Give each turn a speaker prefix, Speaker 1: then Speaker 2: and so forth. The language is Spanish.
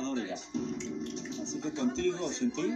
Speaker 1: Nóbrega. Así que contigo, sin ti,